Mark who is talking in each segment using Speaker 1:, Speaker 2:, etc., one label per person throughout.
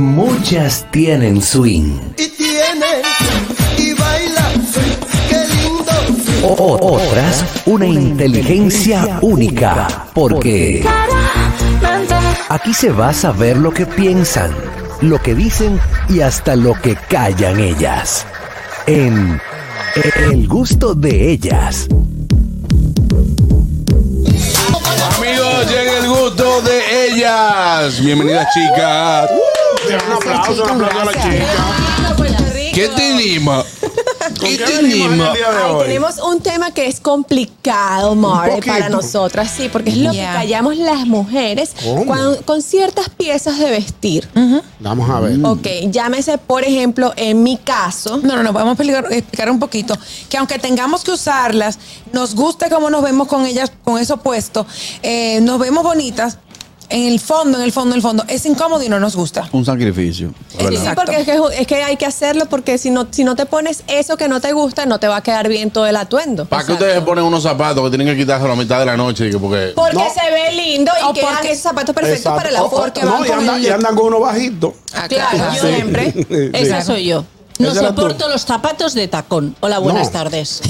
Speaker 1: Muchas tienen swing.
Speaker 2: Y tienen y bailan swing. Qué lindo swing.
Speaker 1: O- o- otras, una inteligencia única. Porque aquí se va a saber lo que piensan, lo que dicen y hasta lo que callan ellas. En El gusto de ellas.
Speaker 3: Amigos, llega el gusto de ellas. Bienvenidas, chicas.
Speaker 4: Un aplauso, un aplauso a la chica.
Speaker 3: ¿Qué tenemos? ¿Qué
Speaker 4: ¿Qué venimos en el
Speaker 3: tenemos?
Speaker 4: día de
Speaker 5: Ay,
Speaker 4: hoy?
Speaker 5: tenemos un tema que es complicado, Mare,
Speaker 4: poquito.
Speaker 5: para nosotras, sí, porque es lo
Speaker 6: Yeah.
Speaker 5: que callamos las mujeres
Speaker 4: ¿Cómo?
Speaker 5: cuan- con ciertas piezas de vestir. Mm.
Speaker 4: Vamos a ver.
Speaker 5: Ok, llámese, por ejemplo, en mi caso,
Speaker 6: No, no, no, podemos explicar, explicar un poquito que aunque tengamos que usarlas, nos gusta cómo nos vemos con ellas, con eso puesto, eh, nos vemos bonitas, en el fondo, en el fondo, en el fondo, es incómodo y no nos gusta.
Speaker 7: Un sacrificio.
Speaker 5: Sí, sí,
Speaker 6: Exacto.
Speaker 5: porque es que, es que hay que hacerlo porque si no, si no te pones eso que no te gusta, no te va a quedar bien todo el atuendo.
Speaker 3: ¿Para qué ustedes se ponen unos zapatos que tienen que quitarse a la mitad de la noche? Dije, Porque
Speaker 5: Porque
Speaker 4: No.
Speaker 5: se ve lindo y
Speaker 6: O
Speaker 5: quedan
Speaker 6: porque-
Speaker 5: esos zapatos perfectos
Speaker 4: Exacto.
Speaker 5: para la
Speaker 4: Oh, oh,
Speaker 5: foto. que
Speaker 4: no,
Speaker 5: van
Speaker 4: y,
Speaker 5: con
Speaker 4: andan,
Speaker 5: el-
Speaker 4: y andan con uno bajito.
Speaker 5: Claro,
Speaker 6: Sí.
Speaker 5: siempre.
Speaker 4: Sí.
Speaker 8: Ah, Esa soy yo.
Speaker 4: Esa
Speaker 8: No
Speaker 4: eres
Speaker 8: soporto
Speaker 4: tú.
Speaker 8: los zapatos de tacón. Hola, buenas
Speaker 4: No. Hmm.
Speaker 8: tardes.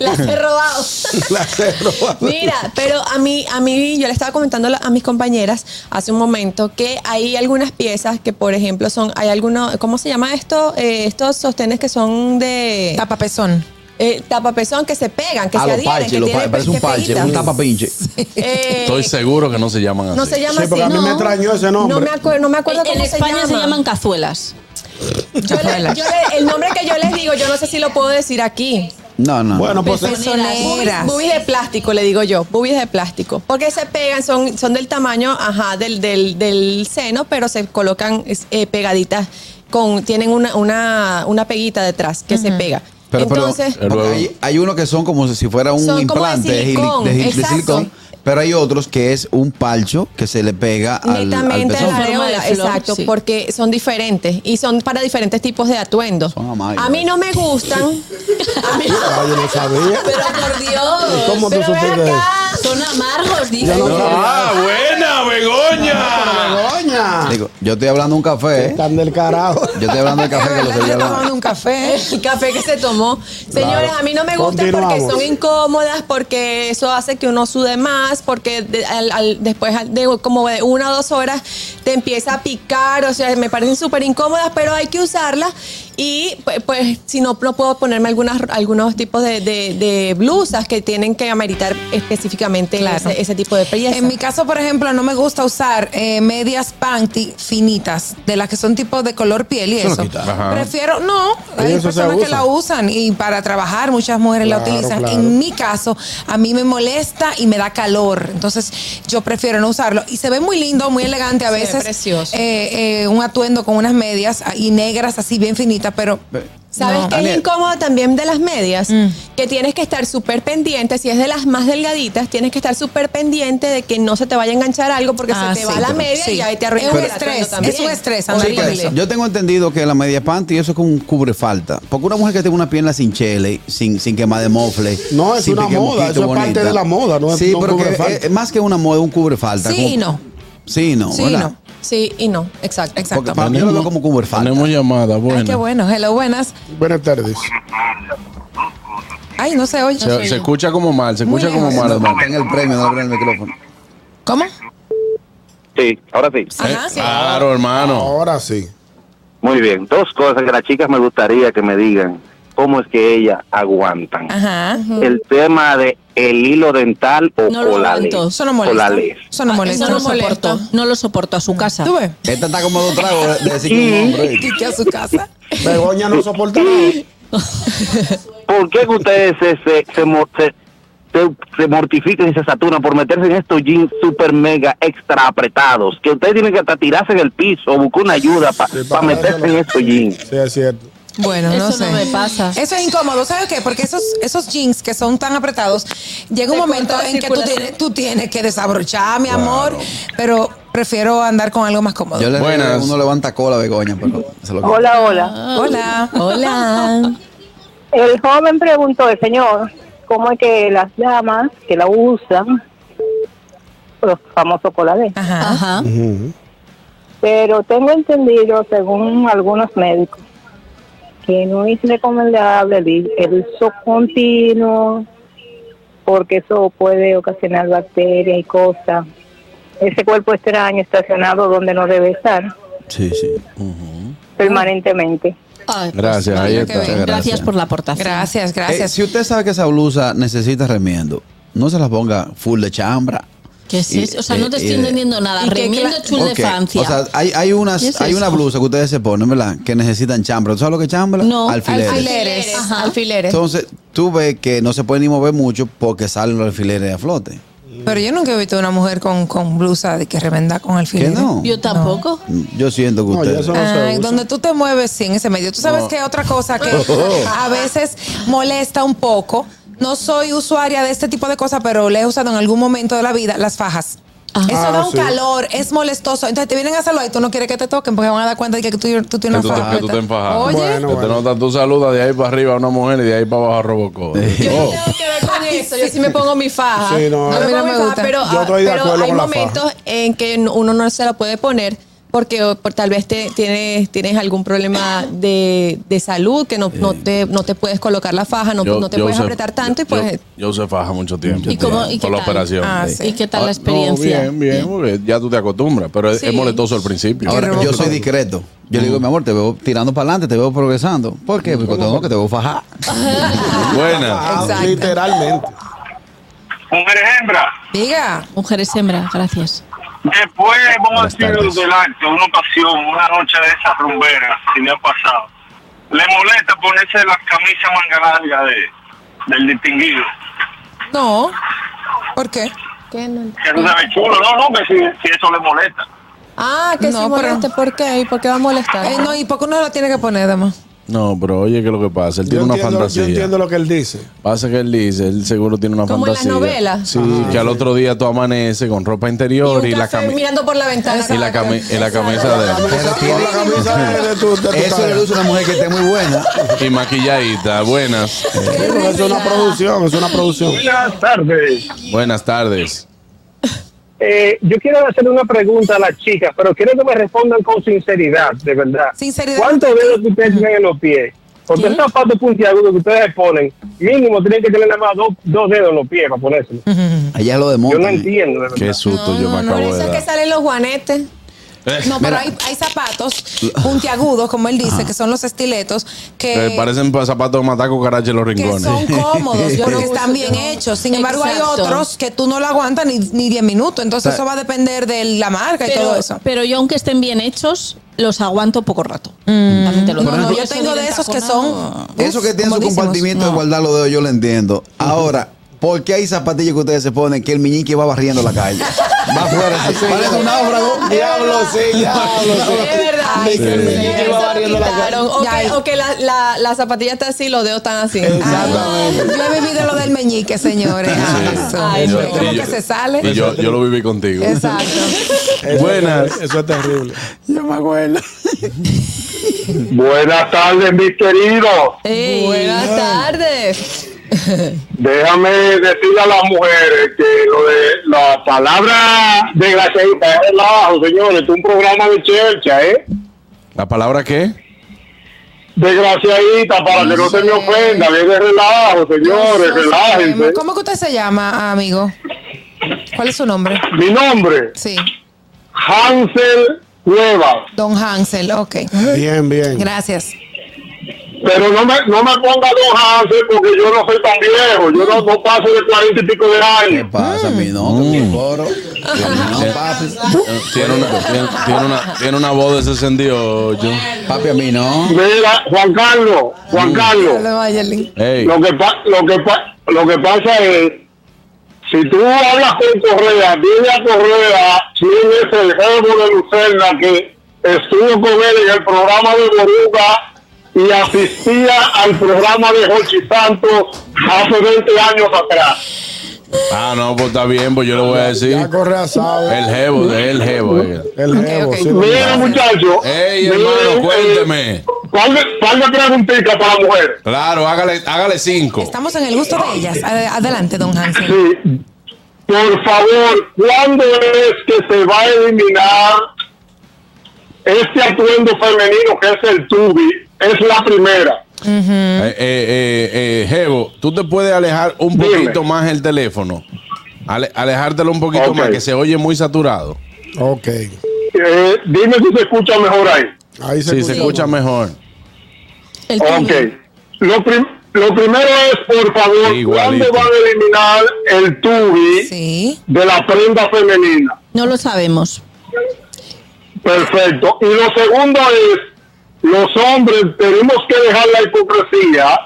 Speaker 5: Las he robado.
Speaker 4: La cerro.
Speaker 5: Mira, pero a mí, a mí, yo le estaba comentando a mis compañeras hace un momento que hay algunas piezas que, por ejemplo, son, hay algunos, ¿cómo se llama esto? Eh, estos sostenes que son de
Speaker 6: Tapapezón.
Speaker 5: eh, tapapezón que se pegan, que
Speaker 4: Ah,
Speaker 7: a
Speaker 5: se
Speaker 7: los
Speaker 5: adhieren,
Speaker 7: parches,
Speaker 5: que
Speaker 7: los
Speaker 5: tienen
Speaker 7: parches, parece un
Speaker 5: que
Speaker 7: parche,
Speaker 5: peguitas.
Speaker 7: un tapapinche.
Speaker 5: Eh,
Speaker 3: estoy seguro que no se llaman así.
Speaker 5: no se llama
Speaker 4: Sí, porque a
Speaker 5: así.
Speaker 4: mí
Speaker 5: No,
Speaker 4: me extrañó ese nombre.
Speaker 5: no me acuerdo, no me acuerdo
Speaker 8: en
Speaker 5: cómo se
Speaker 8: España
Speaker 5: llama.
Speaker 8: se llaman cazuelas.
Speaker 5: Yo le- yo le- el nombre que yo les digo, yo no sé si lo puedo decir aquí.
Speaker 7: No, no.
Speaker 4: Bueno, pues
Speaker 6: Pezoneras.
Speaker 5: Bubis de plástico, le digo yo, bubis de plástico. Porque se pegan, son, son del tamaño, ajá, del, del, del seno, pero se colocan es, eh, pegaditas, con, tienen una, una, una peguita detrás que se pega.
Speaker 7: pero, pero-
Speaker 5: Entonces,
Speaker 3: Eh,
Speaker 7: porque hay, hay uno que son como si fuera un
Speaker 5: Son como de
Speaker 7: implante gili-
Speaker 5: silicón,
Speaker 7: de, gil- de
Speaker 5: exacto.
Speaker 7: silicón, pero hay otros que es un palcho que se le pega al, al
Speaker 5: netamente la
Speaker 7: pezón.
Speaker 8: la- Forma de
Speaker 5: areola,
Speaker 8: flor,
Speaker 5: exacto,
Speaker 8: sí.
Speaker 5: porque son diferentes y son para diferentes tipos de atuendos.
Speaker 7: Son amables.
Speaker 5: A mí no me gustan. A mí no-
Speaker 4: Ah, yo no sabía.
Speaker 8: Pero por Dios,
Speaker 4: ¿Cómo tú
Speaker 5: Pero ven
Speaker 4: supiste eso?
Speaker 5: acá.
Speaker 8: son amargos, dice.
Speaker 4: no-
Speaker 3: ¡Ah, buena, Begoña!
Speaker 4: ¡Begoña!
Speaker 7: Digo, yo estoy hablando de un café. ¿eh?
Speaker 4: Están del carajo.
Speaker 7: Yo estoy hablando de café que lo
Speaker 6: Yo
Speaker 7: estoy
Speaker 6: tomando
Speaker 7: hablando.
Speaker 6: un café.
Speaker 5: El café que se tomó. Señores, a mí no me gusta porque
Speaker 4: Continuamos.
Speaker 5: son incómodas, porque eso hace que uno sude más, porque de- al- al- después al- de como de una o dos horas te empieza a picar, o sea, me parecen súper incómodas, pero hay que usarlas y pues, pues, si no, no puedo ponerme algunas, algunos tipos de, de- de blusas que tienen que ameritar específicamente
Speaker 6: Claro.
Speaker 5: ese, ese tipo de piezas.
Speaker 6: En mi caso, por ejemplo, no me gusta usar eh, medias panty finitas, de las que son tipo de color piel y
Speaker 7: Eso lo
Speaker 6: eso.
Speaker 7: quita.
Speaker 3: Ajá.
Speaker 6: Prefiero, no,
Speaker 4: Y
Speaker 6: hay
Speaker 4: eso se
Speaker 6: personas que
Speaker 4: usa.
Speaker 6: la usan y para trabajar muchas mujeres la
Speaker 4: Claro,
Speaker 6: utilizan.
Speaker 4: claro.
Speaker 6: En mi caso, a mí me molesta y me da calor, entonces yo prefiero no usarlo. Y se ve muy lindo, muy elegante a
Speaker 5: Se ve
Speaker 6: veces.
Speaker 5: precioso.
Speaker 6: eh, eh, un atuendo con unas medias ah, y negras así bien finitas, pero...
Speaker 5: ¿Sabes
Speaker 6: no.
Speaker 5: qué es
Speaker 7: Daniel.
Speaker 5: incómodo también de las medias?
Speaker 6: Mm.
Speaker 5: Que tienes que estar súper pendiente, si es de las más delgaditas, tienes que estar súper pendiente de que no se te vaya a enganchar algo porque
Speaker 6: Ah,
Speaker 5: se te
Speaker 6: sí,
Speaker 5: va la
Speaker 6: pero-
Speaker 5: media
Speaker 6: sí.
Speaker 5: y ahí te arruinas
Speaker 6: Es un
Speaker 5: el atuendo
Speaker 6: estrés,
Speaker 5: también.
Speaker 6: es un estrés, Ana
Speaker 5: Horrible.
Speaker 6: Horrible.
Speaker 7: Chicas, yo tengo entendido que la media panty eso es como un cubre falta. Porque una mujer que tiene una pierna sin chele, sin, sin quema de mofle.
Speaker 4: No, es
Speaker 7: sin
Speaker 4: una
Speaker 7: pique
Speaker 4: moda,
Speaker 7: mojito
Speaker 4: eso es parte de la moda, no es-
Speaker 7: sí,
Speaker 4: no
Speaker 7: pero que,
Speaker 4: cubrefalte.
Speaker 7: eh, más que una moda, un cubre falta.
Speaker 6: Sí y no.
Speaker 7: Sí, y no.
Speaker 6: Sí,
Speaker 7: ¿verdad?
Speaker 6: no.
Speaker 5: Sí, y no, exacto.
Speaker 6: Exacto.
Speaker 7: Porque para mí yo lo veo como cubre falta.
Speaker 3: Tenemos llamada,
Speaker 6: Ay, qué
Speaker 3: buena.
Speaker 6: bueno. Hello, buenas.
Speaker 4: Buenas tardes.
Speaker 6: Ay, no se oye. No
Speaker 3: Se,
Speaker 6: se
Speaker 3: se
Speaker 6: oye.
Speaker 3: escucha como mal, se
Speaker 6: Muy
Speaker 3: escucha como
Speaker 6: lejos.
Speaker 3: mal, hermano.
Speaker 7: Está en el premio, no abren el micrófono.
Speaker 6: ¿Cómo?
Speaker 9: Sí, ahora sí.
Speaker 6: Ajá,
Speaker 3: Eh,
Speaker 6: sí.
Speaker 3: Claro, hermano.
Speaker 4: Ahora sí.
Speaker 9: Muy bien. Dos cosas que las chicas me gustaría que me digan. ¿Cómo es que ellas aguantan?
Speaker 6: Ajá.
Speaker 9: El tema de el hilo dental o
Speaker 8: No lo
Speaker 9: colales.
Speaker 8: aguanto,
Speaker 6: Eso no molesta.
Speaker 9: Colales.
Speaker 6: Eso no molesta.
Speaker 8: Ah, no lo soporto. No lo soporto a su casa.
Speaker 6: ¿Tú ves?
Speaker 7: Esta está como dos tragos de decir un nombre.
Speaker 6: Y que a su casa.
Speaker 4: Begoña no soporta nada.
Speaker 9: ¿Por qué que ustedes se, se, se, mo- se- se- se mortifican y se saturan por meterse en estos jeans super mega extra apretados? Que ustedes tienen que hasta tirarse en el piso o buscar una ayuda para
Speaker 4: Sí, para
Speaker 9: meterse en
Speaker 4: dárselo.
Speaker 9: estos jeans.
Speaker 4: Sí, es cierto.
Speaker 6: Bueno,
Speaker 8: Eso
Speaker 6: no sé.
Speaker 8: no me pasa.
Speaker 6: Eso es incómodo. ¿Sabes qué? Porque esos, esos jeans que son tan apretados, llega un
Speaker 5: Te
Speaker 6: momento
Speaker 5: corta la
Speaker 6: en que tú
Speaker 5: circulación.
Speaker 6: tienes, tú tienes que desabrochar, mi amor. Pero prefiero andar con algo más cómodo.
Speaker 7: Yo le
Speaker 3: Buenas.
Speaker 7: Buenas. uno levanta cola, Begoña, pero se lo
Speaker 10: Hola, hola.
Speaker 6: Hola.
Speaker 5: Hola.
Speaker 10: El joven preguntó, el señor, ¿cómo es que las damas que la usan, los famosos colares,
Speaker 6: Ajá.
Speaker 8: Ajá.
Speaker 10: pero tengo entendido, según algunos médicos, que no es recomendable el, el uso continuo porque eso puede ocasionar bacterias y cosas. Ese cuerpo extraño estacionado donde no debe estar
Speaker 5: Mm.
Speaker 7: Sí, sí.
Speaker 10: permanentemente.
Speaker 8: pues,
Speaker 3: Gracias, ahí está.
Speaker 8: Gracias. por la aportación.
Speaker 6: Gracias,
Speaker 7: Eh,
Speaker 6: gracias.
Speaker 7: si usted sabe que esa blusa necesita remiendo, no se la ponga full de chambra.
Speaker 8: ¿Qué es
Speaker 7: Y-
Speaker 8: eso? O sea, no te
Speaker 7: eh,
Speaker 8: estoy
Speaker 7: eh,
Speaker 8: entendiendo nada.
Speaker 6: y que
Speaker 8: Remiendo
Speaker 6: cla-
Speaker 8: chul de
Speaker 7: Ok,
Speaker 8: Francia.
Speaker 7: O sea, hay, hay unas,
Speaker 8: ¿Qué es
Speaker 7: hay una
Speaker 8: eso?
Speaker 7: blusa que ustedes se ponen, ¿verdad? Que necesitan chambra. ¿Tú sabes lo que es chambra?
Speaker 8: No,
Speaker 7: alfileres.
Speaker 5: Alfileres.
Speaker 8: Ajá.
Speaker 5: Alfileres.
Speaker 7: Entonces, tú ves que no se puede ni mover mucho porque salen los alfileres a flote.
Speaker 6: Pero yo nunca he visto una mujer con, con blusa de que remenda con
Speaker 7: ¿Qué
Speaker 6: alfileres.
Speaker 7: no?
Speaker 8: Yo tampoco.
Speaker 7: Yo siento que
Speaker 4: No, ya
Speaker 7: ustedes...
Speaker 4: eso- se
Speaker 6: Ay,
Speaker 4: usa.
Speaker 6: donde tú te mueves sí, en ese medio. Tú sabes que otra cosa que
Speaker 3: Oh.
Speaker 6: a veces molesta un poco. No soy usuaria de este tipo de cosas, pero le he usado en algún momento de la vida las fajas.
Speaker 8: Ah.
Speaker 6: Eso
Speaker 4: Ah,
Speaker 6: da un
Speaker 4: sí.
Speaker 6: calor, es molestoso. Entonces te vienen a saludar y tú no quieres que te toquen porque van a dar cuenta de que tú, tú
Speaker 3: Que
Speaker 6: tienes
Speaker 3: tú,
Speaker 6: una
Speaker 3: te-
Speaker 6: faja.
Speaker 3: que tú te enfajas.
Speaker 6: Oye,
Speaker 4: Bueno,
Speaker 3: Que te
Speaker 4: bueno.
Speaker 3: notas, tú saludas de ahí para arriba a una mujer y de ahí para abajo a Robocop.
Speaker 5: Yo
Speaker 3: Oh.
Speaker 5: no tengo que ver con eso. Yo sí me pongo mi faja.
Speaker 4: Sí, no,
Speaker 5: Yo
Speaker 4: a mí
Speaker 5: me
Speaker 6: no
Speaker 5: pongo
Speaker 6: me
Speaker 5: mi faja,
Speaker 6: gusta.
Speaker 5: Pero,
Speaker 4: Yo
Speaker 5: ah,
Speaker 4: estoy de
Speaker 5: pero
Speaker 4: acuerdo
Speaker 5: hay
Speaker 4: con la faja.
Speaker 5: momentos en que no- uno no se la puede poner porque o, por- tal vez te, tienes, tienes algún problema de, de salud, que no,
Speaker 4: Eh.
Speaker 5: no, te, no te puedes colocar la faja, no, no te puedes
Speaker 3: usé-
Speaker 5: apretar tanto y pues...
Speaker 3: Yo, yo usé faja mucho tiempo.
Speaker 8: ¿Y cómo- y qué
Speaker 3: por la
Speaker 8: tal?
Speaker 3: operación.
Speaker 6: Ah, sí.
Speaker 8: ¿Y qué tal la
Speaker 3: Ah,
Speaker 8: experiencia?
Speaker 3: No, bien, bien, muy bien. Ya tú te acostumbras, pero es- es
Speaker 5: Sí.
Speaker 3: molestoso al principio.
Speaker 7: Ahora, yo
Speaker 6: Robocop.
Speaker 7: soy discreto. Yo le digo, mi amor, te veo tirando para adelante, te veo progresando. ¿Por qué? Porque tengo que te veo fajar.
Speaker 3: Buena.
Speaker 4: Ah,
Speaker 5: Exacto.
Speaker 4: literalmente.
Speaker 9: Mujeres hembras,
Speaker 6: diga.
Speaker 8: Mujeres hembra, gracias.
Speaker 9: después vamos a
Speaker 7: Buenas
Speaker 9: decir
Speaker 7: tardes.
Speaker 9: del acto, una ocasión, una noche de esas rumberas, si me ha pasado, le molesta ponerse la camisa manga larga de, del distinguido.
Speaker 6: No. ¿Por qué?
Speaker 5: ¿qué no?
Speaker 9: Que no se ve chulo, no, no, que si, si eso le molesta.
Speaker 5: Ah, que
Speaker 6: No,
Speaker 5: si
Speaker 6: pero-
Speaker 5: molesta, ¿por qué? ¿Y por qué va a molestar?
Speaker 6: Eh, no, ¿y por qué uno la tiene que poner, además?
Speaker 3: No, pero oye, ¿qué es lo que pasa?
Speaker 4: Ah.
Speaker 3: Él
Speaker 4: Yo
Speaker 3: tiene una
Speaker 4: entiendo-
Speaker 3: fantasía.
Speaker 4: Yo entiendo lo que él dice.
Speaker 3: Pasa que él dice, él seguro tiene una
Speaker 5: Como en las
Speaker 3: fantasía.
Speaker 5: novelas.
Speaker 3: Sí,
Speaker 4: Ah,
Speaker 3: que al otro día tú amaneces con ropa interior y,
Speaker 5: un
Speaker 3: la
Speaker 5: café
Speaker 3: camisa.
Speaker 5: mirando por la ventana.
Speaker 3: Y la, cami- y la camisa de
Speaker 7: Pero tiene-
Speaker 4: La camisa de- de tu- de tu
Speaker 7: Eso
Speaker 4: talla.
Speaker 7: le luce a una mujer que esté muy buena.
Speaker 3: Y maquilladita. Buenas.
Speaker 4: Sí, porque Es una producción, es una producción.
Speaker 9: Buenas tardes.
Speaker 3: Buenas tardes.
Speaker 9: Eh, yo quiero hacer una pregunta a las chicas, pero quiero que me respondan con sinceridad, de verdad.
Speaker 6: Sinceridad.
Speaker 9: ¿Cuántos dedos que ustedes tienen en los pies? Porque el zapato puntiagudo que ustedes se ponen, mínimo tienen que tener nada más dos, dos dedos en los pies para ponérselo.
Speaker 7: Allá lo
Speaker 9: Yo no
Speaker 7: demuestra.
Speaker 9: entiendo, de verdad.
Speaker 3: Qué susto Pues yo me
Speaker 5: Por
Speaker 3: acabo
Speaker 5: eso
Speaker 3: de
Speaker 5: es que
Speaker 3: dar.
Speaker 5: salen los juanetes.
Speaker 6: No, pero
Speaker 7: Mira.
Speaker 6: hay, hay zapatos puntiagudos, como él dice, que son los estiletos, que,
Speaker 3: Eh, parecen pa- zapatos de matar cucarachas en los
Speaker 6: que
Speaker 3: rincones.
Speaker 6: son cómodos,
Speaker 5: Yo no
Speaker 6: porque
Speaker 5: uso,
Speaker 6: están bien
Speaker 5: yo no.
Speaker 6: hechos. Sin embargo, hay
Speaker 8: Exacto.
Speaker 6: otros que tú no lo aguantas ni, ni 10 minutos. Entonces,
Speaker 7: O sea,
Speaker 6: eso va a depender de la marca y todo
Speaker 8: Pero,
Speaker 6: eso.
Speaker 8: pero yo, aunque estén bien hechos, los aguanto poco rato. También te lo
Speaker 6: Mm. No,
Speaker 8: digo.
Speaker 6: no,
Speaker 8: Por
Speaker 6: yo
Speaker 8: eso
Speaker 6: tengo
Speaker 8: ir
Speaker 6: de esos que
Speaker 8: entaconado.
Speaker 6: son.
Speaker 7: Eso que tiene su
Speaker 6: comodísimos.
Speaker 7: compartimiento de
Speaker 6: No.
Speaker 7: guardar los dedos, yo lo entiendo. Ahora, ¿por qué hay zapatillas que ustedes se ponen que el miñique va barriendo la calle? Va afuera. así. Parece un náufrago.
Speaker 4: Diablo, sí, diablo, sí.
Speaker 5: Es verdad.
Speaker 4: Sí.
Speaker 5: Eso
Speaker 4: Lleva
Speaker 5: lo
Speaker 4: barriendo la
Speaker 5: quitaron.
Speaker 4: calle.
Speaker 5: O
Speaker 6: Ya,
Speaker 5: que,
Speaker 6: y-
Speaker 5: o que la, la, la zapatilla está así, los dedos están así.
Speaker 4: Exactamente.
Speaker 6: Yo he vivido lo del meñique, señores. Ah,
Speaker 3: Sí.
Speaker 6: eso.
Speaker 5: Ay,
Speaker 6: Eso
Speaker 5: no.
Speaker 6: es como
Speaker 3: Y yo-
Speaker 6: que se sale.
Speaker 3: Y yo, yo lo viví contigo.
Speaker 6: Exacto.
Speaker 3: Buenas.
Speaker 4: Eso es terrible.
Speaker 7: Yo me acuerdo.
Speaker 9: Buenas tardes, mis queridos.
Speaker 5: Ey, Ah, eh, buenas tardes.
Speaker 9: Déjame decirle a las mujeres que lo de la palabra desgraciadita es relajo, señores. Es un programa de chercha, ¿eh?
Speaker 3: ¿La palabra qué?
Speaker 9: Desgraciadita, para que no se me ofenda. Bien de relajo, señores, relájense.
Speaker 6: ¿Cómo que usted se llama, amigo? ¿Cuál es su nombre?
Speaker 9: Mi nombre,
Speaker 6: Sí,
Speaker 9: Hansel Cuevas.
Speaker 6: Don Hansel, ok.
Speaker 4: Bien, bien.
Speaker 6: Gracias.
Speaker 9: Pero no me, no me ponga dos Hansel porque yo no soy tan viejo. Yo no, no paso de cuarenta y pico de
Speaker 7: ¿Qué
Speaker 9: años.
Speaker 7: pasa, mi no? que mi coro. No, papi.
Speaker 3: Tiene una, tiene, tiene una, tiene una voz de 68.
Speaker 7: Papi, a mí no.
Speaker 9: Mira, Juan Carlos, Juan Carlos.
Speaker 6: Hola, Mayerlin.
Speaker 3: Ey,
Speaker 9: Lo que, pa- lo, que pa- lo que pasa es, si tú hablas con Correa, dile a Correa quién es el jefe de Lucerna que estuvo con él en el programa de Boruga y asistía al programa de Jorge Santos hace 20 años atrás.
Speaker 3: Ah, no, pues está bien, pues yo le voy a decir.
Speaker 4: Ya Correa sabe.
Speaker 3: El jevo, de él, el jevo. oiga.
Speaker 4: El jevo,
Speaker 6: ok.
Speaker 4: sí.
Speaker 9: Mira, muchachos.
Speaker 3: Ey, hermano,
Speaker 9: Eh.
Speaker 3: cuénteme.
Speaker 9: ¿Cuál de, cuál de preguntitas para la mujer?
Speaker 3: Claro, hágale, hágale cinco.
Speaker 6: Estamos en el gusto de ellas. Ad- Adelante, Don Hansel.
Speaker 9: Sí. Por favor, ¿cuándo es que se va a eliminar Este atuendo femenino que es el tubi es la primera.
Speaker 3: Eh, eh, eh, eh, Jebo, tú te puedes alejar un poquito más el teléfono. Ale- alejártelo un poquito
Speaker 9: Ok.
Speaker 3: más, que se oye muy saturado.
Speaker 4: Ok.
Speaker 9: Eh, dime si se escucha mejor ahí.
Speaker 4: Ahí
Speaker 3: se sí, se escucha mejor.
Speaker 9: ok. Lo, prim- lo primero es, por favor,
Speaker 3: Igualito.
Speaker 9: ¿cuándo van a eliminar el tubi de la prenda femenina?
Speaker 11: No lo sabemos.
Speaker 9: Perfecto. Y lo segundo es, los hombres tenemos que dejar la hipocresía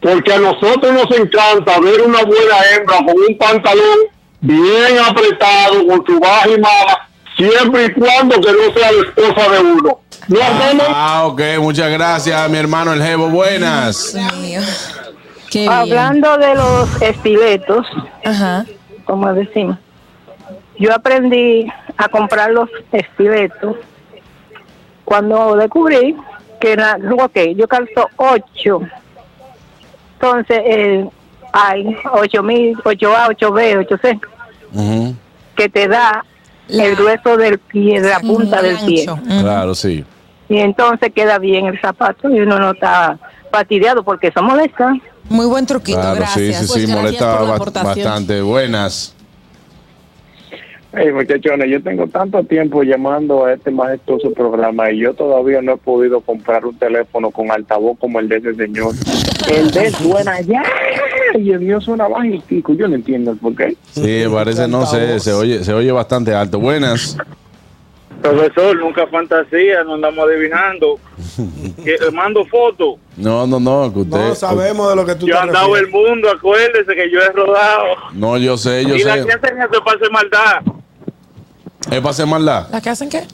Speaker 9: porque a nosotros nos encanta ver una buena hembra con un pantalón bien apretado, con su baja y mala, siempre y cuando que no sea la esposa de uno. ¿No hacemos?
Speaker 3: Ah, ok, muchas gracias, mi hermano el Jebo. Buenas.
Speaker 8: Hablando de los estiletos, como decimos, yo aprendí a comprar los estiletos cuando descubrí que era, ok, yo calzo 8, entonces eh, hay 8 mil, 8A, 8B, 8C, que te da el grueso del pie, de la punta del pie.
Speaker 3: Claro, sí.
Speaker 8: Y entonces queda bien el zapato y uno no está patideado porque eso molesta.
Speaker 6: Muy buen truquito,
Speaker 3: Claro,
Speaker 6: gracias.
Speaker 3: sí, sí,
Speaker 6: Pues
Speaker 3: sí,
Speaker 6: gracias
Speaker 3: molesta
Speaker 6: por la
Speaker 3: ba-
Speaker 6: aportación.
Speaker 3: bastante. Buenas.
Speaker 7: Hey, muchachones, yo tengo tanto tiempo llamando a este majestuoso programa y yo todavía no he podido comprar un teléfono con altavoz como el de ese señor. El de él suena ya y el mío suena bajitico. Yo no entiendo el por qué.
Speaker 3: Sí, parece, no sé, se oye, se oye bastante alto. Buenas.
Speaker 12: Profesor, nunca fantasía, no andamos adivinando. Que, eh, mando fotos.
Speaker 3: No, no, no, que usted.
Speaker 4: de lo que tú
Speaker 12: Yo he andado el mundo, acuérdese que yo he rodado.
Speaker 3: No, yo sé, yo
Speaker 12: y la
Speaker 3: sé.
Speaker 12: que hacen eso pase maldad.
Speaker 3: Es para hacer maldad.
Speaker 6: ¿La que hacen qué?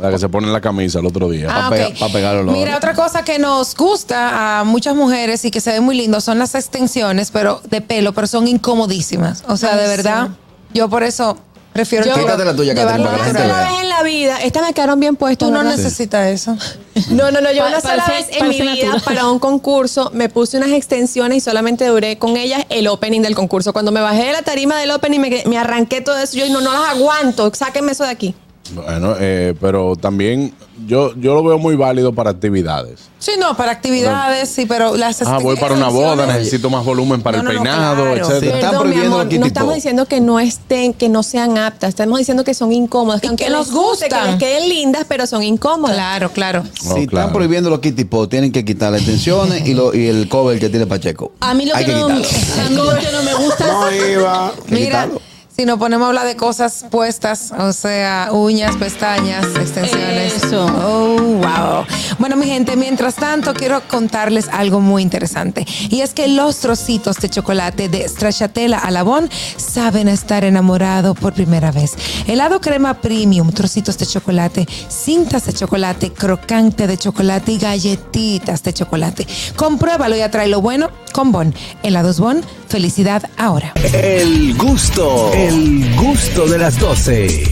Speaker 3: La que se pone en la camisa el otro día.
Speaker 6: Ah,
Speaker 3: para
Speaker 6: ok.
Speaker 3: pegarlo.
Speaker 6: Mira, otra cosa que nos gusta a muchas mujeres y que se ve muy lindo son las extensiones, pero de pelo, pero son incomodísimas. O sea,
Speaker 5: Ay,
Speaker 6: de
Speaker 5: sí.
Speaker 6: verdad, yo por eso prefiero
Speaker 5: Yo-
Speaker 6: llevar-
Speaker 5: Quítate la tuya,
Speaker 6: llevarlo
Speaker 5: Catherine, para que
Speaker 6: a-
Speaker 5: la gente vea. en la vida, estas me quedaron bien puestas.
Speaker 6: Tú no
Speaker 5: ¿verdad?
Speaker 6: necesitas eso.
Speaker 5: No, no, no, yo
Speaker 6: Pa-
Speaker 5: una sola
Speaker 6: parece-
Speaker 5: vez en mi
Speaker 6: parece
Speaker 5: vida
Speaker 6: natural.
Speaker 5: para un concurso me puse unas extensiones y solamente duré con ellas el opening del concurso. Cuando me bajé de la tarima del opening me, que- me arranqué todo eso. Yo no, no las aguanto, sáquenme eso de aquí.
Speaker 3: Bueno, eh, pero también yo, yo lo veo muy válido para actividades.
Speaker 6: Sí, no, para actividades, Pues sí, pero las
Speaker 3: Ah, voy para una boda, necesito más volumen para
Speaker 6: No,
Speaker 3: el
Speaker 6: no, no,
Speaker 3: peinado,
Speaker 6: claro.
Speaker 3: etcétera.
Speaker 6: Te están
Speaker 5: Perdón, mi amor, no estamos diciendo que no estén, que no sean aptas, estamos diciendo que son incómodas, que aunque
Speaker 6: que
Speaker 5: les
Speaker 6: nos
Speaker 5: guste, que
Speaker 6: gustan.
Speaker 5: les queden lindas, pero son incómodas.
Speaker 6: Claro, claro.
Speaker 13: Si están prohibiendo los kitty po, tienen que quitar las extensiones y, lo- y el cover que tiene Pacheco.
Speaker 11: A mí lo
Speaker 13: Hay
Speaker 11: que, no,
Speaker 13: quitarlo.
Speaker 11: a mí lo que no me gusta
Speaker 6: Mira, si nos ponemos a hablar de cosas puestas, o sea, uñas, pestañas, extensiones. Eso. Oh, wow. Bueno, mi gente, mientras tanto, quiero contarles algo muy interesante. Y es que los trocitos de chocolate de Stracciatella a Labón saben a estar enamorado por primera vez. Helado crema premium, trocitos de chocolate, cintas de chocolate, crocante de chocolate y galletitas de chocolate. Compruébalo y atrae lo bueno con Bon. Helados Bon, felicidad ahora.
Speaker 1: El gusto, el gusto de las 12.